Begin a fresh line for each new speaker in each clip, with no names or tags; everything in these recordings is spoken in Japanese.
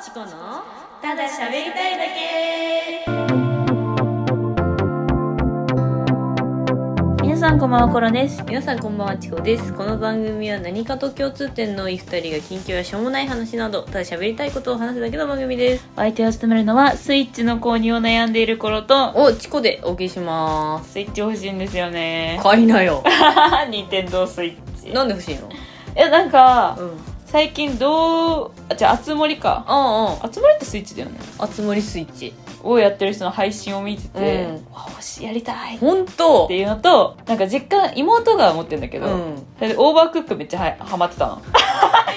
チコのただ喋りたいだけ皆さんこんばんはコロです皆さんこんばんはチコですこの番組は何かと共通点の多い二人が近況やしょうもない話などただ喋りたいことを話すだけの番組です
お相手を務めるのはスイッチの購入を悩んでいる頃と
おチコでお送りします
スイッチ欲しいんですよね
買いなよ
任天堂スイッチ
なんで欲しいの
いやなんか、
うん
最近どうあじゃあつ森か
ああ
あつ森ってスイッチだよね
あつ森スイッチ
をやってる人の配信を見てて、
うん
わ欲しいやりたいっ
本当
ていうのとなんか実家妹が持ってるんだけど、
うん
それでオーバークックめっちゃはハマって たの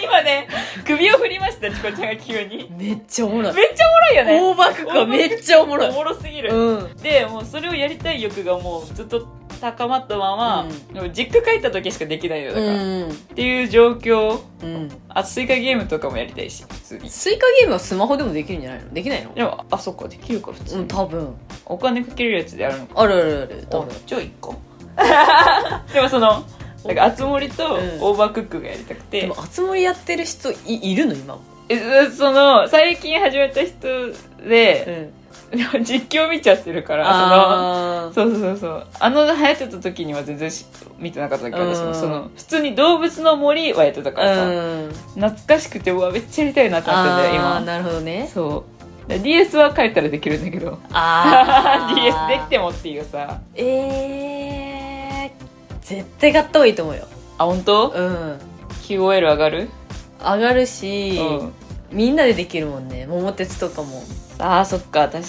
今ね首を振りましたチコちゃんが急に
めっちゃおもろい
めっちゃおもろいよね
大バクかめっちゃおもろ
お
い
もろすぎる、
うん
でもうそれをやりたい欲がもうずっと高まったまま、
うん
でも実家帰った時しかできないよだから、っ
うん
ていう状況
うん
あとスイカゲームとかもやりたいし普通に
スイカゲームはスマホでもできるんじゃないのできないの
でもあそっかできるか普通
う
に、
ん多分
お金かけるやつであるのか
あるあるある多
あ
分
じゃあ一 個でもそのなんか熱盛と
うん
オーバークックがやりたくて、
でも熱盛やってる人いいるの今も
えその最近始めた人で、
ん
実況見ちゃってるからその
あー
そうそうそうそうあの流行ってた時には全然し見てなかったけど
うん
私もその普通に動物の森はやってたからさ、
うん
懐かしくてうわめっちゃやりたいなってなってんだ
あー
よ
なるほど
今
ね
そうで DS は帰ったらできるんだけ ど
あ
DS でき
て
てもっていうさ
えー絶対買った方がいいと思うよ
あ本当
うん
QOL 上がる、
上がるし、
うん、
みんなでできるもんね桃鉄とかも
あーそっか確かに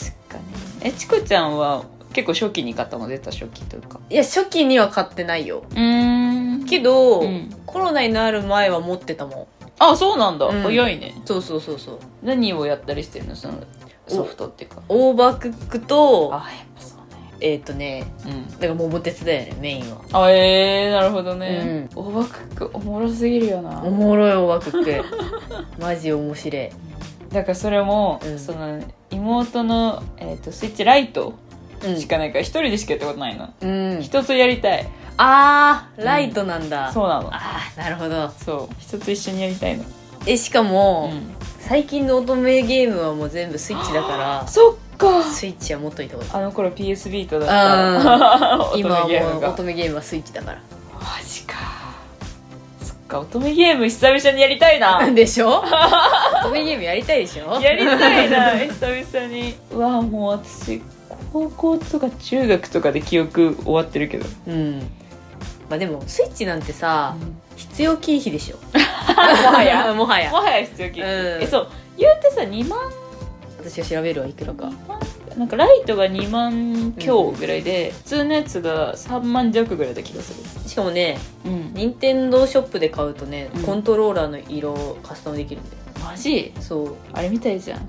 えチコちゃんは結構初期に買ったの出た初期というか
いや初期には買ってないよ
うーん
けど、
うん
コロナになる前は持ってたも
あそうなんだ、
うん
早いね
んそうそうそうそう
何をやったりしてるのそのソフトっていうか
オーバークックと
あやっぱそうね
えっ、とね
うん
だから桃鉄だよねメインは
あえー、なるほどね、おばオーバークックおもろすぎるよな
おもろいオーバーク ックマジ面白い
だからそれも、
うん
その妹の、えー、とスイッチライト
うん
しかないから一人でしかやったことないの、
うん、
人とやりたい
あーライトなんだ、
そうなの
あーなるほど
そう人と一緒にやりたいの、
えしかも、
うん
最近の乙女ゲームはもう全部スイッチだか
そっから
スイッチは持っといた方がいい
あの頃 PS ビートだった 乙
今は
女ゲー
も
ム
う
が
乙女ゲームはスイッチだか
マジかそっか乙女ゲーム久々にやりたいな
ら でし ょ乙女ゲームやりたいでしょ
やりたいな久々にうわもう私高校とか中学とかで記憶終わってるけど、
うんまあでもスイッチなんてさ、必要経費でしょ
もは や
もはや
もはや必要金、
うん
えそう言うてさ2万
私が調べるはいくら
とか
か
なんかライトが2万強ぐらいで、普通のやつが3万弱ぐらいだ気がする
しかもね
うん
任天堂ショップで買うとね、
うん
コントローラーの色をカスタムできるんだよ
マジ
そう
あれみたいじゃん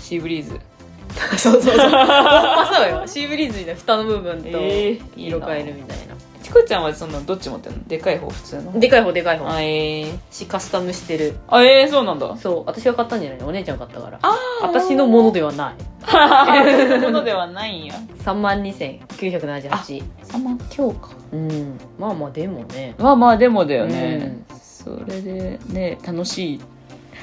シーブリーズ
そうそうそうほんまそうよシーブリーズの蓋の部分と
えーいいな
色変えるみたいな,、
チコちゃんはそのどっち持ってんのでかい方普通の
でかい方でかい方
あえー、
しカスタムしてる
あえー、そうなんだ
そう私が買ったんじゃないのお姉ちゃんが買ったから
あ
私のもの
で
ではない
私のものではないんや
3万2978
3万強か
うんまあまあでもね
まあまあでもだよね、それでね楽しい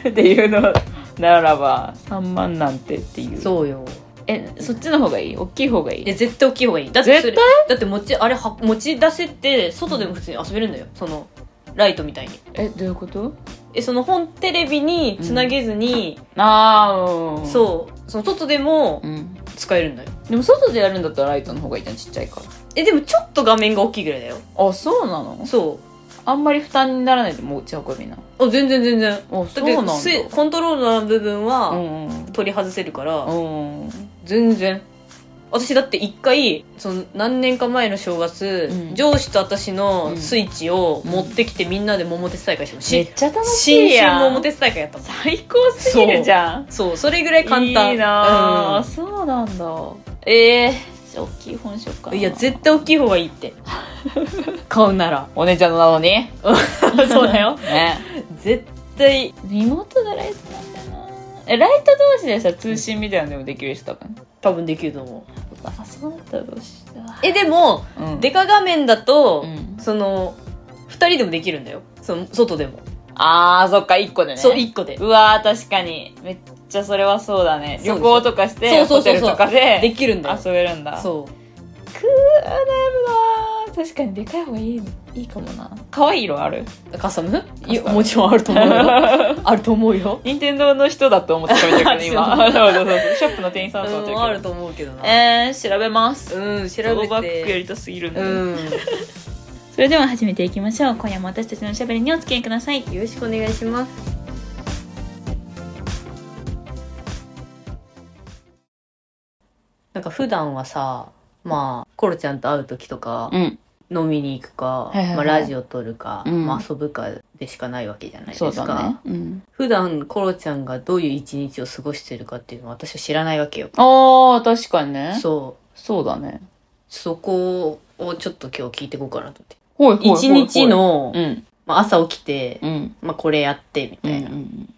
っていうのならば3万なんてっていう
そうよ
えそっちの方がいい大きい方がい
いや
い
絶対大きい方がいいだって
絶対
それだって持ちあれは持ち出せて外でも普通に遊べるんだよそのライトみたいに
えどういうこと
えその本テレビにつなげずに、
ああうん
そうその外でも
うん
使えるんだよ
でも外でやるんだったらライトの方がいいじゃんちっちゃいか
えでもちょっと画面が大きいぐらいだよ
らあそうなの
そ
あんまり負担にならないで持ち運びな
うあ全然全然
あ
だ
そ
って
うなんだ
スイコントローラーの部分
う
は
んうん
取り外せるから、
うん
全然私だって一回その何年か前の正月、
うん
上司と私
う
の
ん
スイッチを持ってきてみんなで桃鉄大会したの、
め
し
っちゃ楽し
新
いや
春
ん
桃鉄大会やったもん
最高すぎるじゃん
そうそれぐらい簡単
いいなあ、
うん
そうなんだええー、大きい本しよっかない
いや絶対大きい方がいいって 買うなら
お姉ちゃんのなのに
そうだよ
ね
絶対
妹がライトなんだよなえライト同士でさ通信みたいなのでもできるし多分
多分できると思う
あそうだったらどうした
えでも
うん
デカ画面だと、
うん
その2人でもできるんだよその外でも
あー、そっか、1個でね。
そう1個で
うわー、確かに。めっちゃそれはそうだね。
そうでしょ
旅行とかして、
そうそうそうそう
ホテルとかで、
できるんだよ
遊べるんだ。う。
そう
くー、悩むなー確かにでかい方がいい、いいかもな。可愛い色 ある
カスタムいや
カスタム
もちろんあると思うよ あると思う よ
任天堂の人だと思って食べてるけど、今。
あ
そうそうそう。ショップの店員さんだと思ってる
あると思うけど
けど。
な
えー、調べます。
うん調
ローバ
べ
ックや
て
りたすぎるん
う
だよ
んよ
それでは始めていきましょう。今夜も私たちのおしゃべりにお付き合いください。
ろしくお願いしますなんか普段はさまあコロちゃんと会う時とか、
うん。
飲みに行くか、
はいはいはい
まあ、ラジオ撮るか、
うん
まあ、遊ぶかでしかないわけじゃないです
そ
か
うだね。うん。
普段コロちゃんがどういう一日を過ごしてるかっていうのは私は知らないわけよ
ああ、確かにね。そ
そう
うだね。
そこをちょっと今日聞いていこうかなと
ほい
思って一日、の、
うん、
まあ、朝起きて、
うん、
まあ、これやってみ
うん、
たい
う。
なん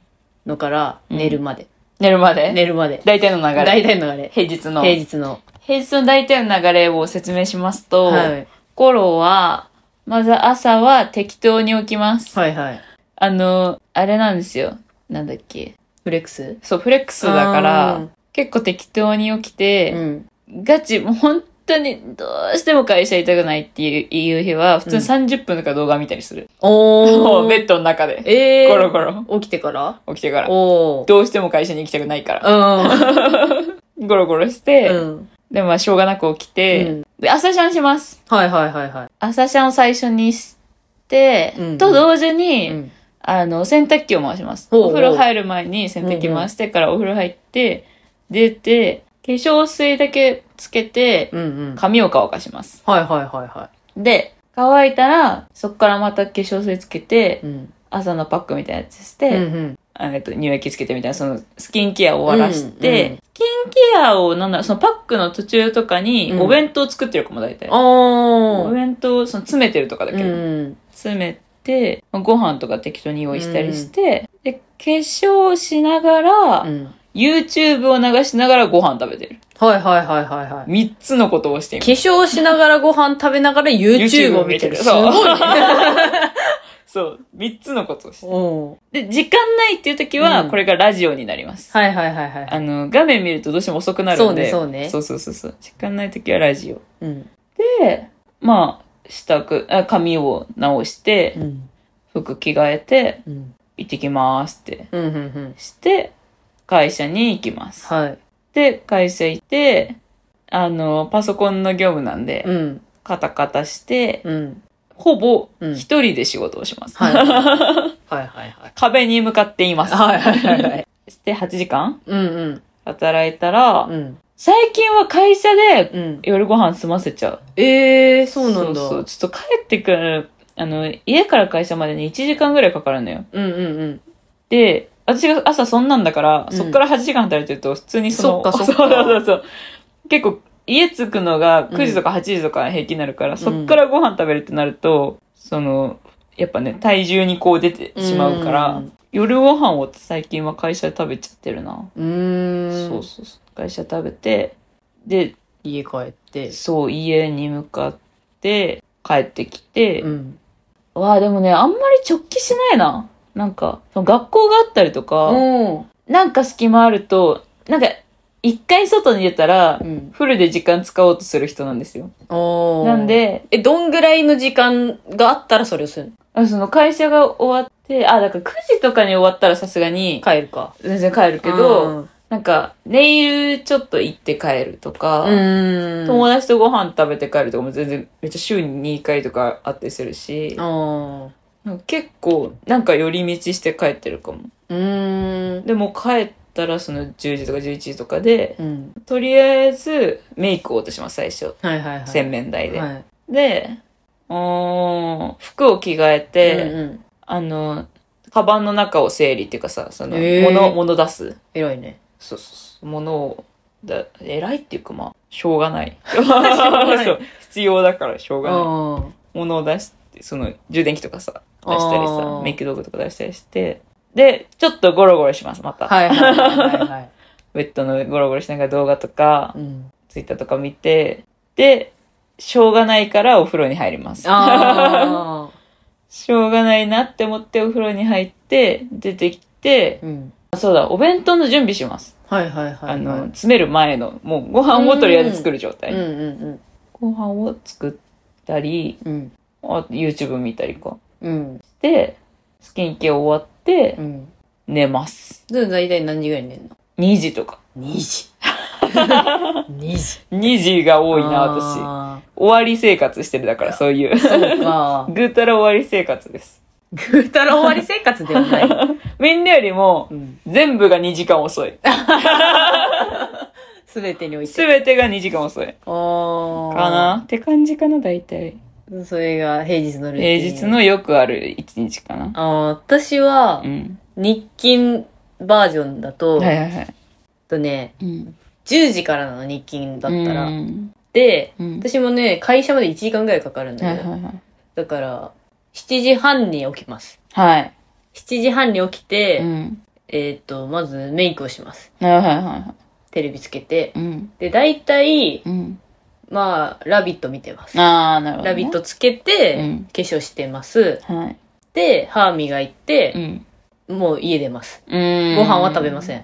のから
うん
寝るまで、
寝るまで、
寝るまで
大体の流れ。
大体の流れ
平日の。
平日の
平日の大体の流れを説明しますと、
はい
コロは、まず朝は適当に起きます。
はいはい
あの、あれなんですよ。なんだっけ。
フレックス
そう、フレックスだか
あ
ら
ー、
結構適当に起きて、
うん
ガチ、もう本当にどうしても会社行きたくないっていういう日は、普通に30分とか動画見たりする。も
お
う
ー
ベッドの中で、
えー、
ゴロゴロ
起きてから
起きてから。
おー
どうしても会社に行きたくないから。
う
ゴロゴロし
ん、
て、
うん、
でもまあしょうがなく起きて、
うん
で、朝シャンします。
はいはいはいは
朝シャンを最初にして、
うん
と同時
い、
に、
うん、
あの、洗濯機を回します。
ほうほう
お風呂入る前に洗濯機回してからお風呂入って、出て、化粧水だけつけて、
うんうん
髪を乾かします。
はいはいはいは
で、乾いたら、そこからまた化粧水つけて
い。、うん。
朝のパックみたいなやつして、
うん。
あえっと乳液つけてみたいな、そのスキンケアを終わらして、
うんうん
スキンケアを、なんだろう、そのパックの途中とかに
うん
お弁当作ってるかも大体。
お
お
ー。
弁当、その詰めてるとかだけ
う
ど、
ん。
詰めて、ご飯とか適当に用意したりして、で、化粧しながら、
うん。
YouTube を流しながらご飯食べてる。
はいはいはいはいはい。
三つのことをしてい
化
る。
粧しながらご飯食べながら YouTube を見てる。
YouTube
すご
を見てる
いね。
そう。三つのこと をしている。
おー
で、時間ないっていう時
う
は、
ん
これがラジオになります。
はいはいはいはい。
あの、画面見るとどうしても遅くなるんで。
そうね
そ
そう
そうそうそう。時間ない時はラジオ。
うん。
で、まあ、支度、あ髪を直して、
うん。
服着替えて、
うん。
行ってきますって
うん。うん。
して、会社に行きます。
はい。
で、会社行って、あの、パソコンの業務なんで、
うん。
カタカタして、
うん。
ほぼ
うん
一人で仕事をします。
はい。はいはいはい。
壁に向かっています。
はいはいはいはい。
して、8時間
うんうん。
働いたら、
うん。
最近は会社で
うん。
夜ご飯済ませちゃう。
えー、そうなんだ。
そう
う
ちょっと帰ってくる、あの、家から会社までに1時間ぐらいかかるのよ。
んうんうん。
で、私が朝そんなんだから、
うん
そっから8時間働いてると、普通にその、
そっかそっか
そうそうそう。結構、家着くのが9時とか8時とか平気になるから、そっからご飯食べるってなると、その、やっぱね、体重にこう出てしまうから、
うん
夜ご飯を最近は会社で食べちゃってるな。
うーん。
そうそうそう。会社食べて、で、
家帰って。
そう、家に向かって、帰ってきて、
うん。
わあでもね、あんまり直帰しないな。なんか、その学校があったりとか、
おー
なんか隙間あると、なんか、一回外に出たら
う、ん。
フルで時間使おうとする人なんですよ。
おー
なんで、
え、どんぐらいの時間があったらそれをする
あその会社が終わって、あ、だから9時とかに終わったらさすがに
の、帰るか。
全然帰るけど、、なんか、ネイルちょっと行って帰るとか、
うん。
友達とご飯食べて帰るとかも全然、めっちゃ週に2回とかあったりするし、
ああ。
なんか結構、なんか寄り道して帰ってるかも。
うーん。
でも帰ったらその10時とか11時とかで、
うん。
とりあえずメイクを落とします、最初。
はいはいはい。
洗面台で。
はい。
で、うーん服を着替えて、
うんうん、
あの、カバンの中を整理っていうかさ、その、
へー
物、物出す。
偉いね。
そうそうそう。物を、だ、偉いっていうかまあ、しょう がない。
ない
そう必要だからしょう
あ
がない。
ー
物を出して、その、充電器とかさ、出したり
あ
さ
ー、
メイク道具とか出したりして、で、ちょっとゴロゴロします、また。
はいはいはいはいはい。
ベッドのゴロゴロしながら動画とか、
うん、
ツイッターとか見て、で、しょうがないからお風呂に入ります。
ああ。
しょうがないなって思ってお風呂に入って、出てきて、
うん。
あそうだ、お弁当の準備します。
はいはいはい。
あの、、詰める前の、もうご飯をとりあえず作る状
うんう
態。
ん
ご飯を作ったり、
うん。うん。
あ YouTube 見たりか。
うん。
で、スキンケア終わって、
うん。
寝ます。
で、大体何時ぐらいに寝るの
2時とか。
?2 時。2時。
2時が多いな、私。
あ
終わり生活してるだから、そうい う。
ーそうか。
ぐうたら終わり生活です。
ぐうたら終わり生活では ない。
みんなよりも
う、ん。
全部が2時 間遅い。
すべてにおいて。
すべてが2時間遅い。
ああ。
かなって感じかな、大体。
それが平日のルーティ
平
ン。
日。のよくある1日かな。
ああ、私は
う、ん。
日勤バージョンだと、
はい
えっ
はいはい。
とね、
うん。
10時からなの、日勤だったら。
うん。
で、
うん
私もね、会社まで1時間ぐらいかかるんだ
はい
け
は
ど、
いはい。
だから、7時半に起きます。
はい。
7時半に起きて、
うん。
えっ、と、まずメイクをします。
はいはいはいは
テレビつけて。
い。うん。
で、大体、
うん。
まあ、ラビット見てます。
あー、なるほど、ね。
ラビットつけて、
うん
化粧してます。
はい。
で、歯磨いうて、
ん。
もう家出ます。
うん。
ご飯は食べませ
ん。
ん。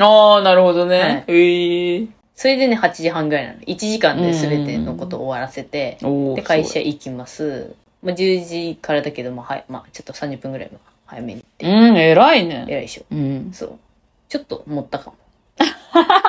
あー、なるほどね。ええー。
それでね、8時半ぐらいなの。1時間で全てのことを終わらせて、
おー
で、会社行きます。まあ、10時からだけど、まあ、はい、まあ、ちょっと30分ぐらい早めに。
うん、偉いね。
偉いでしょ。
うん。
そう。ちょっと持ったかも。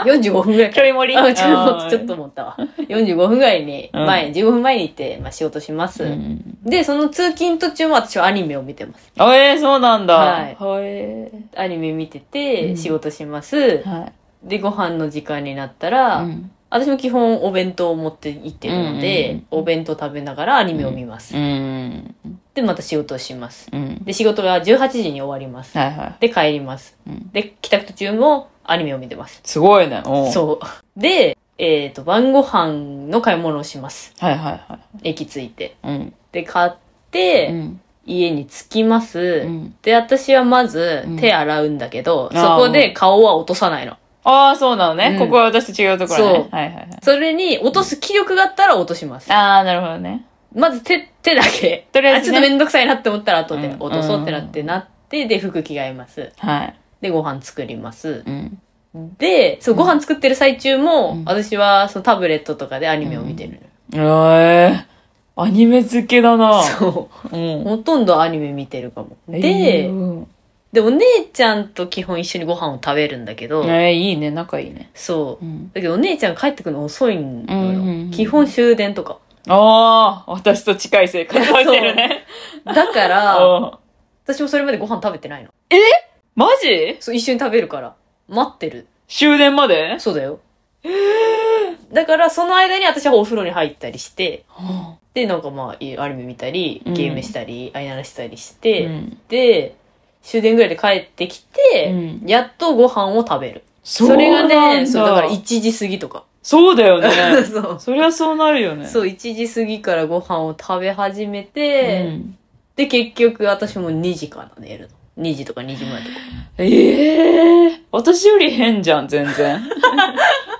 45分ぐらいか
ちょい盛り
あちょっ
あ
と
ー
ちょっと持ったわ。45分ぐらいに、
うん
前、15分前に行って、まあ、仕事します。
うん。
で、その通勤途中も私はアニメを見てます。
あ、えー、そうなんだ。
はい
はい。
アニメ見て
う
て、
ん
仕事します。
はい。
で、ご飯の時間になったら、
うん。
私も基本お弁当を持って行ってるので、
うんうん
お弁当食べながらアニメを見ます。
うん。
で、また仕事をします。
うん。
で、仕事が18時に終わります。
はいはい。
で、帰ります。
うん
で、帰宅途中もアニメを見てます。
すごいね。おう
そう。で、えっ、と、晩ご飯の買い物をします。
はいはいは
駅着いて。
い。うん。
で、買っ
う
て、
ん。
家に着きます。
うん
で、私はまず
うん
手洗うんだけど、
あー
そこで顔は落とさないの。
ああ、そうなのね。
うん
ここは私と違うところね。
そう
はいはいはい。
それに、落とす気力があったら落とします。
ああ、なるほどね。
まず手、手だけ。
とりあえ
ち
ずね
ょっとめんどくさいなって思ったら後で
うん
落とそうってなってなって、で、服着替えます。
はい。
で、ご飯作ります。
うん。
で、そう、ご飯作ってる最中も、
うん
私はそのタブレットとかでアニメを見てる。
ええ。アニメ好きだな。
そうう。
ん。
ほとんどアニメ見てるかも。
え
で、
ー
で、お姉ちゃんと基本一緒にご飯を食べるんだけど、
えー、いいね。仲いいね。
そうう。
ん。
だけどお姉ちゃん帰ってくるの遅いのよ。
うんうんうん
基本終電とか。
ああ、私と近い生活をしてるね。
だから、
あ
私もそれまでご飯食べてないの。
マジ
そう、一緒に食べるから。待ってる。
終電まで
そうだよ。だから、その間に私はお風呂に入ったりして、で、なんかまあ、いアニメ見たり、
うん
ゲームしたり、アイナラしたりし
う
て、
ん
で、終電ぐらいで帰ってきて、
うん
やっとご飯を食べる。
そ
それがね、そう、
う
だ
な
か
ん
ら1時過ぎとか。
そうだよね。
そう。
そりゃそうなるよ ね。。
そうう、1時過ぎからご飯を食べ始めて、
ん、
で、結局私も2時から寝るの。2時とか2時前とか。
ええ私より変じゃん、全 然。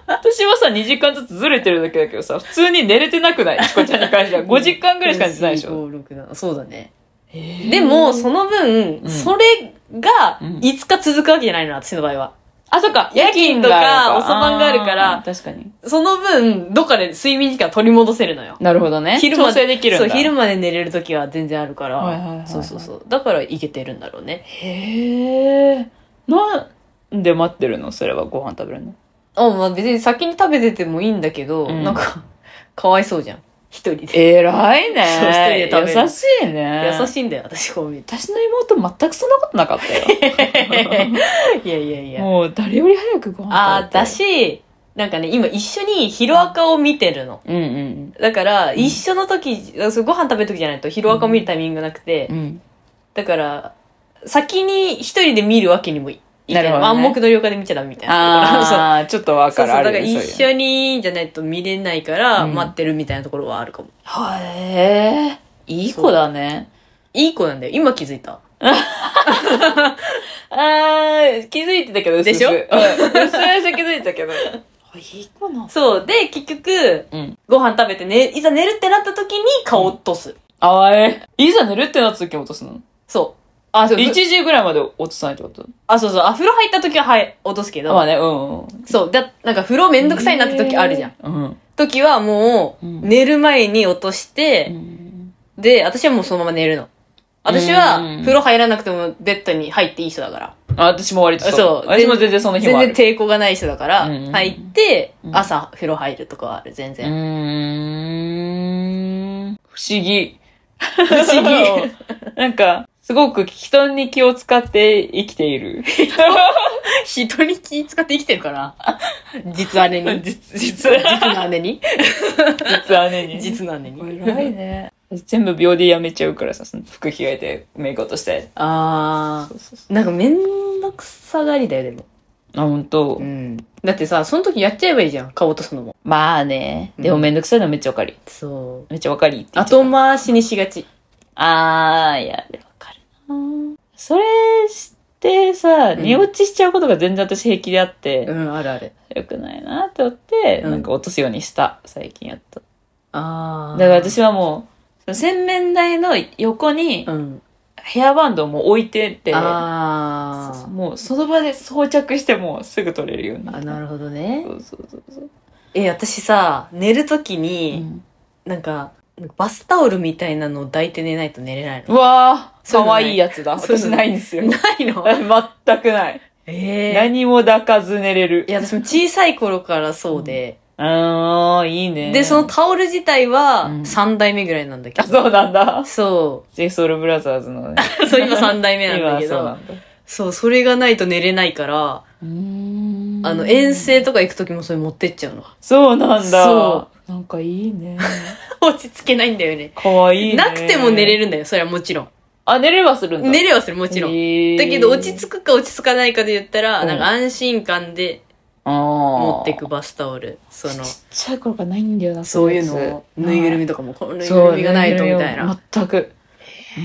私はさ、2時間ずつずれてるだけだけどさ、普通に寝れてなくないチコちゃんに 関しては。5時間ぐらいしか寝てないでしょ。
4 5 6 7そうだね。
えー
でも、、その分、
うん
それが
うん、
いつか続くわけじゃないの、私の場合は。
あ、そっか。
夜勤とか
夜勤がある
遅番があるから
あー確かに。
その分、どっかで睡眠時間取り戻せるのよ。
なるほどね。
昼ま
調整できるんだ。
そう、昼まで寝れる時は全然あるから。
はいはいはいはい
そうそうそう。だから、いけてるんだろうね。
へえ。なんで待ってるのそれはご飯食べるの
あ、まあ別に先に食べててもいいんだけど、
うん
なんか、 かわいそうじゃん。一人で。
偉いね。
そう一人で食べる
優しいね。
優しいんだよ、私こう見る
私の妹全くそんなことなかった よ。
と。いやいやいや。
もう誰より早くご飯
あ
食べ
ー
て
だ。し、なんかね、今一緒にヒロアカを見てるの。
うんうん
だから、一緒の時、そうご飯食べる時じゃないとヒロアカを見るタイミングがなくて、
うん。うん。
だから、先に一人で見るわけにもいいけ
なるほどね
暗黙の了解で見ちゃダメみたいな。そう
ああ、ちょっとわ
そ
か
う
る。
そう、
あ
だか
る
ら
よね
一
そういうの
緒にじゃないと見れないから、
うん
待ってるみたいなところはあるかも。
はえー。いい子だね。
いい子なんだよ。今気づい た。
あー、気づいてたけど、
でしょ
うすうすうす気づいて たけど。あいい子なの
そう。で、結局、
うん。
ご飯食べてね、いざ寝るってなった時に顔を落とす。
あわえ。いざ寝るってなった時は落とすの
そう。
あ、そう1時ぐらいまで落とさないってこと
あ、そうそう。あ、風呂入った時は、はい、落とすけど。
まあね、うんうん。
そう。だ、なんか風呂めんどくさいなって時あるじゃん。
うん。
時はもう、
うん
寝る前に落として、
うん。
で、私はもうそのまま寝るの。私は
うん、
風呂入らなくてもベッドに入っていい人だから。
あ、私も割と
そう
私も全然その日もあ
全
る。
然抵抗がない人だから、
うん
入って
う、ん
朝風呂入るとかはある、全
う
然。
ーん。不思 議。
不思議。
なんか、すごく人に気を使って生きている。
人に気使って生きてるから。実姉に。
実、
実
実、
の姉に。
実姉に。
実の姉に。
ね。 全部秒でやめちゃうからさ、その服着替えてメイク落として。
あ
そうそうそ
ー。なんかめんどくさがりだよ、でも。
う。あ、ほんと
う。ん。だってさ、その時やっちゃえばいいじゃん、顔落とすのも。
まあね。
うん
でもめんどくさいのめっちゃわかり。
そう。
めっちゃわかりって言っちゃう
後回しにしがち。
あー、いや、でもわかるなそれしてさ、
うん
寝落ちしちゃうことが全然私平気であって、
ん、あるある。
よくないなって思って、
うん
なんか落とすようにした、最近やった。
あ
だ
ー。
から私はもう、その洗面台の横に
うん。
ヘアバンドをもう置いてって、
あ
そう
ー
そうもうその場で装着してもうすぐ取れるように。
あ、なるほどね。
そうそうそうそう。
え、私さ、寝るときに、なんか、バスタオルみたいなのを抱いて寝ないと寝れないの。
うわー、
そういうの
かわ
ない
いいやつだ。
そういうの
私ないんですよ。
ないの
全くない。
ええ
何も抱かず寝れる
い。や、私も小さい頃からそうで。
あー、いいね。
で、そのタオル自体は
うん
3代目ぐらいなんだけ
あ、
ど。
そうなんだ。
そ
ジェイソウルブラザーズのね。
う。 そう、今3代目なんだ
今
け
そうな
ど。
んだ。
そう、それがないと寝れないから、あの、遠。征とか行くときもそれ持ってっちゃうの。
そうなんだ。
そ
なんかいいね。
落ち着けないんだよね。
かわいいね。
なくても寝れ
る。
るんだよ、それはもちろん。
あ、寝ればするんだ。
寝れはする、もちろん。
ん
だけど、落ち着くか落ち着かないかで言ったら、
うん
なんか安心感で持
持
ってくバスタオル。その
ち、っちゃい頃からないんだよな、
そういう
やつ
の、ぬいぐるみとかも、このぬいぐ
そう
るみがないとみたい
ぬ
な。
ぐるみを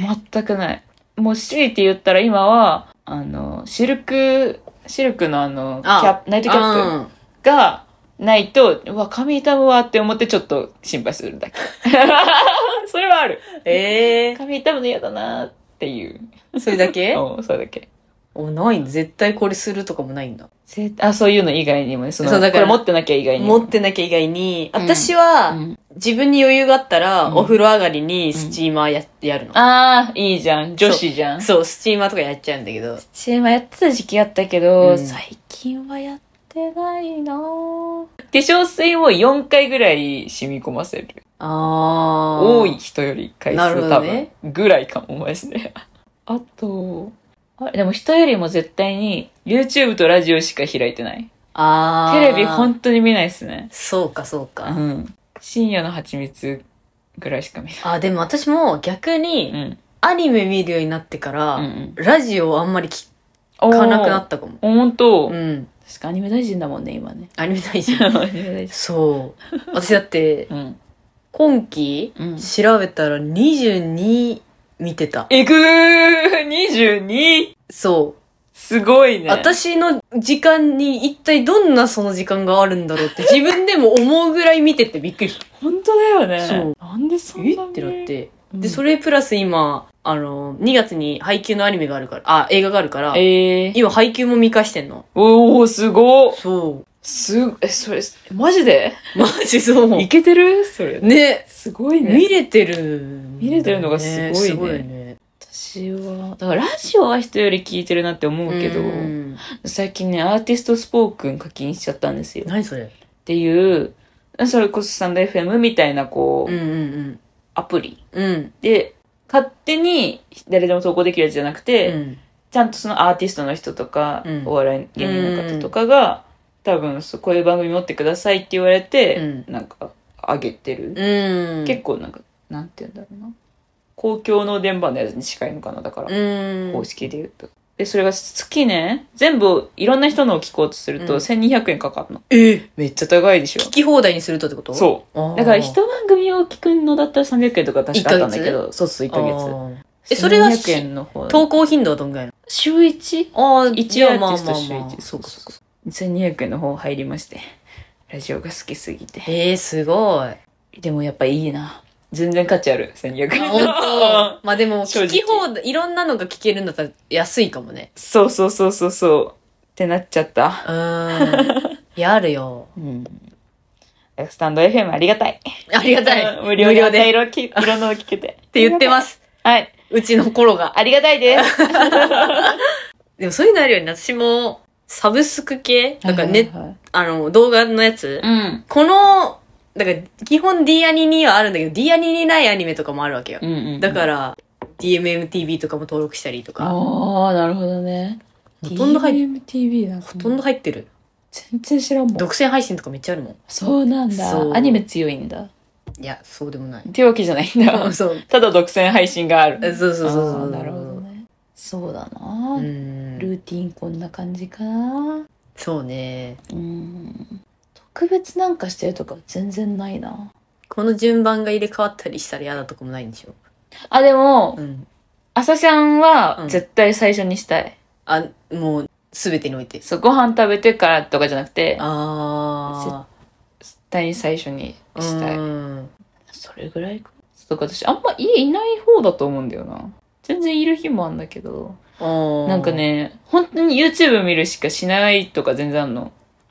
全く。全くない。もう、強いて言ったら今は、あの、シルク、シルクのあの、キ
あ
ャップ、ナイトキャップ。
うん
がないと、うわ、髪痛むわって思ってちょっと心配する だけ。それはある。
ええ
髪痛むの嫌だなっていう。
それだ け
うん、それだけ。
お、ないんだ絶対これするとかもないんだ。
ぜあ、そういうの以外にもね、その、
そうだ
こ
から
れ持ってなきゃ以外にも。
持ってなきゃ以外に、
うん
私は、
うん
自分に余裕があったら、
うん
お風呂上がりにスチーマーや,、やるの。
ああ、いいじゃん。女子じゃん。
そう、スチーマーとかやっちゃうんだけど。
チームやってた時期あったけど、
うん
最近はやってないなぁ化粧水を4回ぐらい染み込ませる。
あー。
多い。人より回数
なるほ
多
ど
分
ね
ぐらいかもマジで あとあれでも人よりも絶対に YouTube とラジオしか開いてない
あー。
テレビ本当に見ないっすね
そうか、そう
う
か。
ん深夜の蜂蜜ぐらいしか見ない
あ、でも私も逆に、
うん
アニメ見るようになってから、
うん
ラジオをあんまり聞
うん
かなくなったかも。
おーほんと、
うん。
確かアニメ大臣だもんね今ね
アニメ大事。
アニメ大臣
そう。私だって、
うん
今期、
うん
調べたら22見てた。
えぐー 22!
そ。
すごいうね
私の時間に一体どんなその時間があるんだろう って自分でも思うぐらい見ててびっくりした。
本当だよね
そう
なんでそんな
え
に
ってなって。
うん
で、それプラス今、あの、2月に配給のアニメがあるから、あ、映画があるから、
えー、
今配給も見返してんの。
おおすごっ
そ
す、え、それ、マジで
う。マジそう。
いけてるそれ。
ね。
すごい
見
ね。
れてるんだよね、
見れてるのがすごいね
すごいね。
私は、だからラジオは人より聞いてるなって思うけど
う、ん
最近ね、アーティストスポークン課金しちゃったんですよ。っ
何それ
ていう、それこそサンド FM みたいな、こ
う
う、
んうん
アプリ。
うん。うん。
で、勝手に誰でも投稿できるやつじゃなく
う
て、
ん。
ちゃんとそのアーティストの人とか、
うん
お笑い芸人の方とかが、多分そう、こういう番組持ってくださいって言われて、なんか、あげてる。
うん。
結構なんか、なんて言うんだろうな。公共の電波のやつに近いのかな、だから、
うん。
公式で言うと。で、それが月ね、全部いろんな人のを聞こうとすると
うん
1200円かかるの。
え
めっちゃ高いでし
聞き放題にするとってこと
ょ。そうう。だから一番組を聞くのだったら300円とか確かあったんだけど、そうそう、1ヶ月。
月。えそれが
1200円の方。
投稿頻度はどんぐらいな
週 1?
のああ、
一応
まあま
アーティ
あ
ス
ま
ト
あ
週
まあ。
1。そうそうそう。1200円の方入りまして。ラジオが好きすぎて。
ええ、すごい。
でもやっぱいいな。全然価値ある、1200円。
本当まあでも、
正直
聞き放題、いろんなのが聞けるんだったら安いかもね。
そうそうそうそうそう。ってなっちゃった。
うーん。いや、あるよ。
うん。スタンド FM ありがたい。
ありがたい。
無料で。
っ
いろき、いろんなの聞けて。って。
言ってますす。
はい。
うちの頃が。
ありがたい です。
でもそういうのあるよね。私も、サブスク系だからね、
はいはいはい
あの、動画のやつ。
うん。
この、だから、基本 D アニにはあるんだけど、D アニにないアニメとかもあるわけよ。
うんうん。。
だからら、DMMTV とかも登録したりとか、
ああ、なるほどね。
ほとんど入っ
DMTV なん
ほとん
ど。
ど入ってる。
全然知らんもん。
独占配信とかめっちゃあるもん。
そうなん
そう
だ。アニメ強いんだ。
いや、そうでもない。
っていうわけじゃないん だ。
そう。
ただ独占配信がある。
そうそうそうそ
あー
う。
なるほどね。そうだ
う
な、
ん。
ルーティンこんな感じかな。
そうね。
うん。特別なんかしてるとか全然ないな。
この順番が入れ替わったりしたら嫌だとかもないんでしょ。
あ、でも
う、ん。
朝シャン
う
は
ん
絶対最初にしたい。
あ、もう、すべてにおいて。
そう、ご飯食べてからとかじゃなくて、
あ
絶対に最初に
あ。
したい。
うん
それぐらいか。そうだから私、あんま家いない方だと思うんだよな。全然いる日もあんだけど。
あー
なんか。ね、本当に YouTube 見るしかしないとか全然あんの。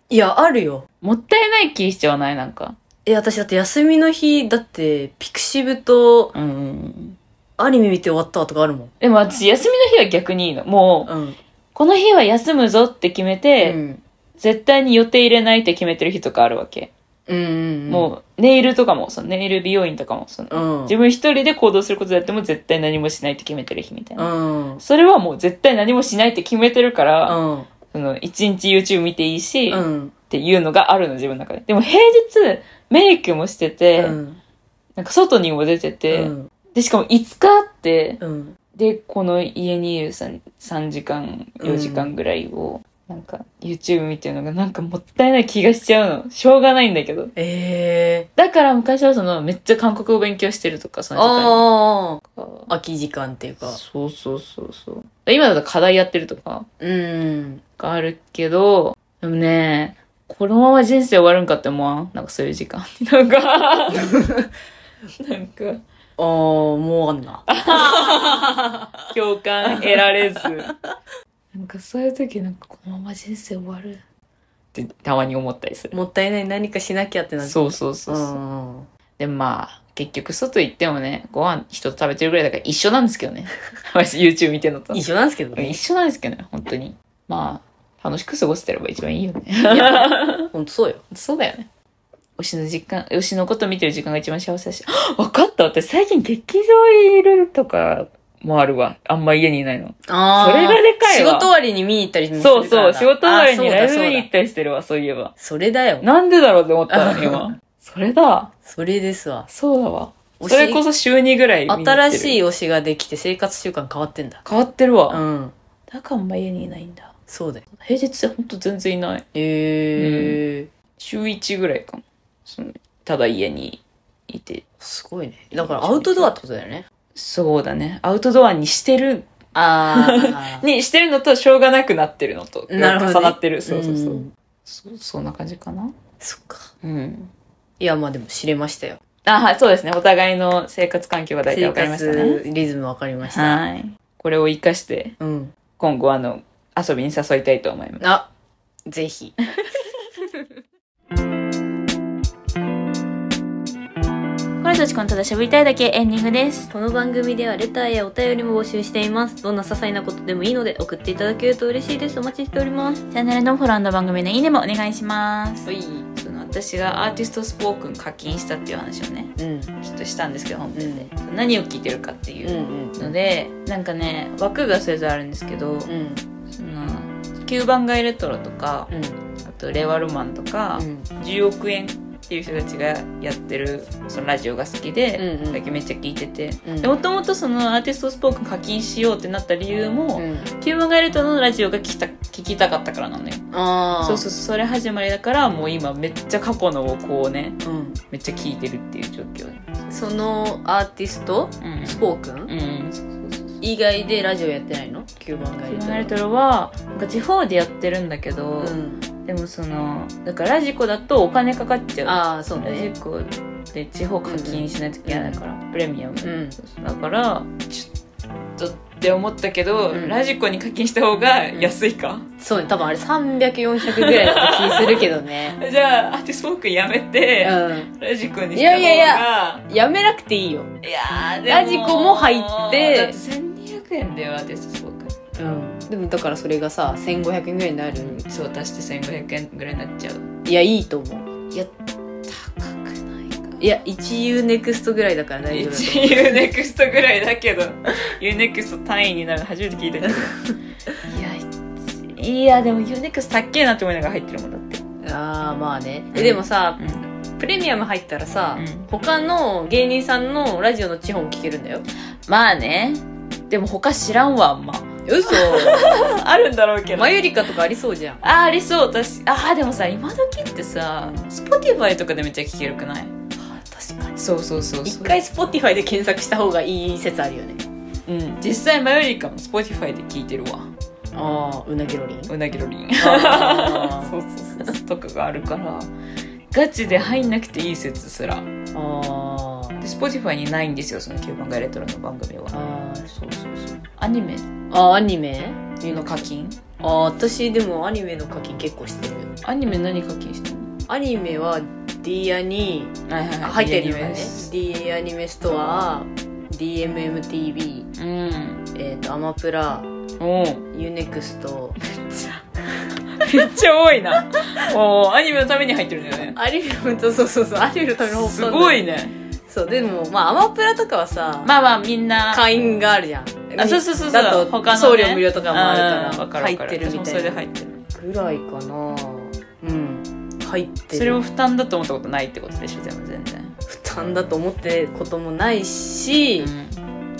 いや、あるよ。
もったいない気しちゃわないなんか。
え、私だって休みの日、だって、ピクシブと
うんうんうん。
アニメ見て終わったわとかあるもん。
でも私、休みの日は逆にいいの。もう、
うん。
この日は休むぞって決めて、
うん
絶対に予定入れないって決めてる日とかあるわけ。
うんうん。
もう、ネイルとかも、そのネイル美容院とかも、その、
うん。
自分一人で行動することでやっても絶対何もしないって決めてる日みたいな。
うん。
それはもう絶対何もしないって決めてるから、
うん。
その、一日 YouTube 見ていいし、
う
っ
ん。
ていうのがあるの、自分の中で。でも平日、メイクもしてて、
うん。
なんか外にも出てて、
うん
で、しかも5日あって、
うん。
で、この家にいる 3, 3時間、4時間ぐらいを、なんか YouTube 見てるのがなんかもったいない気がしちゃうの。しょうがないんだけど。
ええ。
だから昔はそのめっちゃ韓国語勉強してるとか、その時
あ
間と
あ。空き時間っていう
か。
か。
そうそうそうそう。今だと課題やってるとか
うん。
があるけど、でもね、このまま人生終わるんかって思わんなんかそういう時間。なん か、なんか、
ああ、もうあんな。
共感得られず。なんかそういう時なんかこのまま人生終わるってたまに思ったりする。
もったいない何かしなきゃってなっ
そうそうそう
う
そう。
ん。
でもまあ、結局外行ってもね、ご飯人と食べてるぐらいだから一緒なんですけどね。 私 YouTube 見てんのと。
一緒なんですけど
うん
ね
一。緒なんですけどね、本当に。まあ、楽しく過ごせてれば一 番いいよね。
ほんとそうよ。
そうだよね。推しの時間、推しのこと見てる時間が一番幸せだし。 わかった私最近劇場いるとかもあるわ。あんま家にいないの。
あ
それがでかいわ
仕事終わりに見に行ったりもす
そう
るか
そう、
ら
仕事終わりに
あ
ライ
そうだそう
ブに
だ
行ったりしてるわ、そういえば。
それだよ。
なんでだろうって思った の、今。それだ。
それですわ。
そうだわ。
推し
それこそ週2ぐらい見に行ってる。
新し
い。
い推しができて生活習慣変わってんだ。
変わってるわ。
うん。
だからあんま家にいないんだ。
そうだよ。
平日はほんと全然いない。
へえー
週1ぐらいかも。そのただ家にいて。
すごいね。だからアウトドアってことだよね。
そうだね。アウトドアにしてる、
あ
にしてるのと、しょうがなくなってるのと、
なるほどね
重なってる。 そうそうそう。
ん
そそんな感じかな。
そっか。
うん。
いや、まあでも知れましたよ。
あ、はい、そうですね。お互いの生活環境が大体
生
分かりましたね。
活リズムわかりました。
はい。これを活かして、
うん。
今後あの、遊びに誘いたいと思います。
あ、ぜひ。
これとちこんただ喋りたいだけエンディングです。
この番組ではレターやお便りも募集しています。どんな些細なことでもいいので送っていただけると嬉しいです。お待ちしております。
チャンネルのフォロー番組のいいねもお願いします。
い。
その私がアーティストスポークン課金したっていう話をね、
うん。
ちょっとしたんですけど、本編で。何を聞いてるかっていううんので、なんかね、枠がそれぞれあるんですけ
う
ど、
ん。うん。
その、9番街レトロとか、あと令和ロマンとか、
うん。
10億円っていう人たちがやってるそのラジオが好きで、
うんうん
だけめっちゃ聞いてて
うん
もともとそのアーティストスポークン課金しようってなった理由も、
うん。
キューマガエルトのラジオが聞きた聞きたかったからなのよ
ああ。
そうそうそうそれ始まりだからもう今めっちゃ過去のをこうね
う。うん。
めっちゃ聞いてるっていう状況
そのアーティスト、スポーク
う
ン
ん、うん、そうそうそう
以外でラジオやってないの ?9 番
キ
が
ューマ
い
ガエル
る
トロはなんか地方でやってるんだけど、
うん。
でもそのだからラジコだとお金かかっちゃう
ああそう
ラジ
ね
コで地方課金しないといけないから、プレミアム
うん
だからちょっとって思ったけど、
うん
ラジコに課金した方が安いか、
そうね多分あれ300400ぐらいだった気するけど ね
じゃあアーティストフォークやめて、
う
ラジコに
い
した方
や
が
いやいんやめなくていいよ
いやー
ラジコも入って
だって1200円だよアーティストフォ
う
ーク
んでもだからそれがさ1500円ぐらいになる
そう足して1500円ぐらいになっちゃう
いやいいと思う
いや高くないか
いや一 u ネクストぐらいだから大丈夫だと思う
1 UNEXT ぐらいだけど UNEXT 単位になるの初めて聞いたけど いやいやでも UNEXT 高っけえなって思いながら入ってるもんだって
ああまあね、
う
え
ん
でもさ
うん
プレミアム入ったらさ、
うん
他の芸人さんのラジオの地方も聞けるんだよ
まあねでも他知らんわあんま
嘘
あるんだろうけど
マユリカとかありそうじゃん
あありそう私ああでもさ今時ってさ Spotify とかでめっちゃ聞けるくない
確かに
そうそうそう
一
そう
回 Spotify で検索した方がいい説あるよね
うん実際マヨリカも Spotify で聞いてるわ
ああうなぎロリン
うなぎロリン
あー
そうそうそうとかがあるからガチで入んなくていい説すらで
あー
Spotify にないんですよその旧番がレトロの番組は
あーそうそうそう
アニメ
あーアニメ
の課金
あー私でもアニメの課金結構してる
アニメ何課金してるの
アニメは D アニ
はいはい
入ってるよ
アニメ
ね
です
D アニメストア DMMTV
うん
えー、とアマプラ
おう
ユーネクスト
めっちゃ多いなおうアニメのために入ってるんだよね
アリフとそうそうそうアリフのための
すご
い
いね
そうでもまあアマプラとかはさ、
まあまあみんな
会員があるじゃん
あそうそうそうそう
だと
他の、ね、
送料無料とかもあるから
うんわかるわか
入ってるみ
私も
た
そ
い
れで
な
入ってる
ぐらいかなうん入ってる
それも負担だと思ったことないってことでしょでも全然、
負担だと思ってることもないし、
うん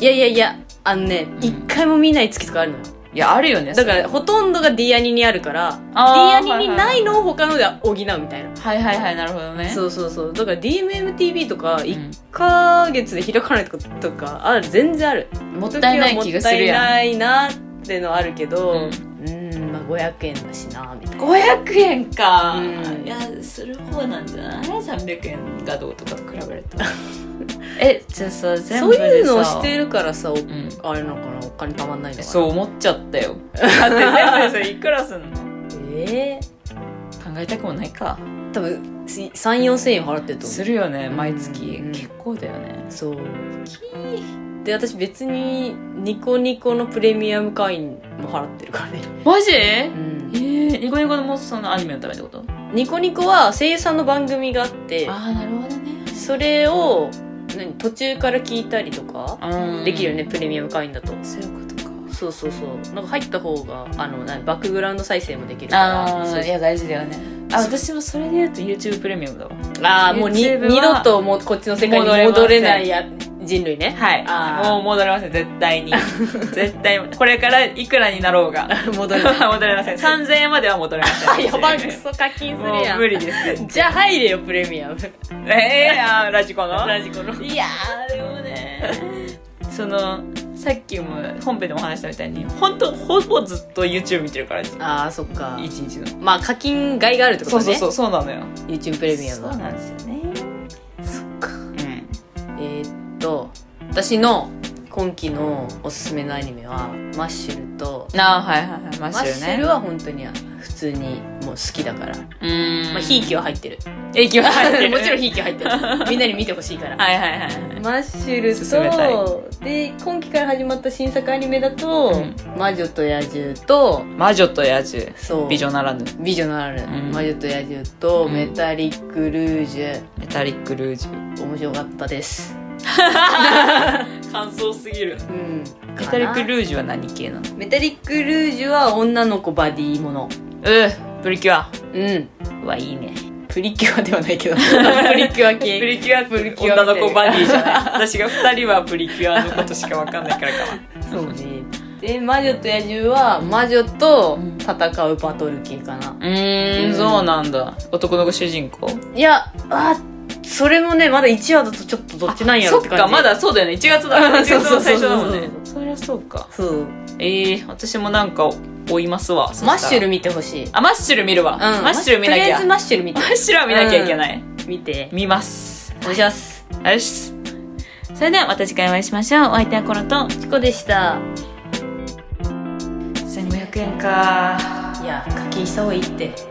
いやいやいやあのね
うん
一、回も見ない月とかあるのよ
いやあるよね
だからほとんどが D アニにあるから
あ
D
ー
アニにないのを他ので補うみたいな
はいはいはいなるほどね
そうそうそうだから DMMTV とか
うん
1ヶ月で開かないこととかある全然ある
もったいない気がするやん
もったいないなってのあるけど
う
うんーんまあ500円だしなみたいな
500円か、
うん
いやする方なんじゃない300円がどうとかと比べるとえじゃあさ全
そ
部
う
でさ
いうのをしてるからさお
うん
あれなのかなお金たまんないのかな
そう
う
思っちゃったよだって全部でさいくらすんの
え
考えたくもないか
ー、多分34000円払ってると思
するよね毎月、
うん
結構だよね
うそうで私別にニコニコのプレミアム会員も払ってるからね、
マジ
う
え
ん、
ー、ニコニコのモンスターのアニメのためってこと
ニコニコは声優さんの番組があって
あなるほどね
それを何途中から聞いたりとか
うん
できるよね、プレミアム会員だと
そういうことか
そうそうそうなんか入った方があの何バックグラウンド再生もできるから
あ
そう
あいや大事だよねあ私もそれで言うと YouTube プレミアムだわ
あーもうに
YouTube は
二度ともうこっちの世界に
戻れません
戻れないや人類ね
はい
あー
もう戻れません絶 対に絶対これからいくらになろうが
戻れない
戻れません3000円までは戻れません
あやばい
も
クソ課金するや
うん無理です
じゃあ入れよプレミアム
ええあーラジコの
ラジコの
いやーでもねそのさっきも本編でも話したみたいに本当ほぼずっと YouTube 見てるから一
あーそっか
日の
まあ課金外があるってこ
そ
と
う
ね
そうそうそうなのよ
YouTube プレミアム
そう
は
なんですよね
そっか
うん
えーっと私の今期のおすすめのアニメはマッシュルと
ああはいはいはいマッ
マッ
シ
シ
ュ
ュ
ル
ル
ね
は本当に普通にもう好きだから、
うーん
まあ、ひ いきは入ってる
影響入ってる
もちろんひいきは入ってるみんなに見てほしいから
はいはいはいはい
マッシュル
進めたい
とで今期から始まった新作アニメだと
うん
魔女と野獣」と
魔女と野獣
そう
美女ならぬ
美女のある、
うん
魔女と野獣と、
うん
メタリックルージュ
メタリックルージュ
面白かったです
感想すぎる
うん
メタリック
ー
ルージュは何系なの
ジュメタリックルージュは女の子バディもの
うんプリキュア
うん
はいいね
プリキュアではない けどプリキュア
プ
系
リキュア
プリキュア
女の子バディじゃない私が2人はプリキュアのことしか分かんないからか
そうねで魔女と野獣は魔女と
うん
戦うバトル系かな、
なうーんそうなんだ男の子主人公
いやあそれもねまだ1話だとちょっとどっちなんやろって感じ
そっかまだそうだよね1月だ1月の最初だもん
そう
ね
そう
そりゃそうか
そう
えー、私もなんか追いますわ。
マッシュル
見
見てほしい、うん、
あ、マッシュル見るわ。マッシュル見なき
とりあ
ゃ。
えず
マ
マッシュル見て
ッシュルは見なきゃいけない。
見て
見ます。
お願いします
よし。それではまた次回お会いしましょう。お相手はコロと、
チコでした
1500円か
いや課金した方がいいって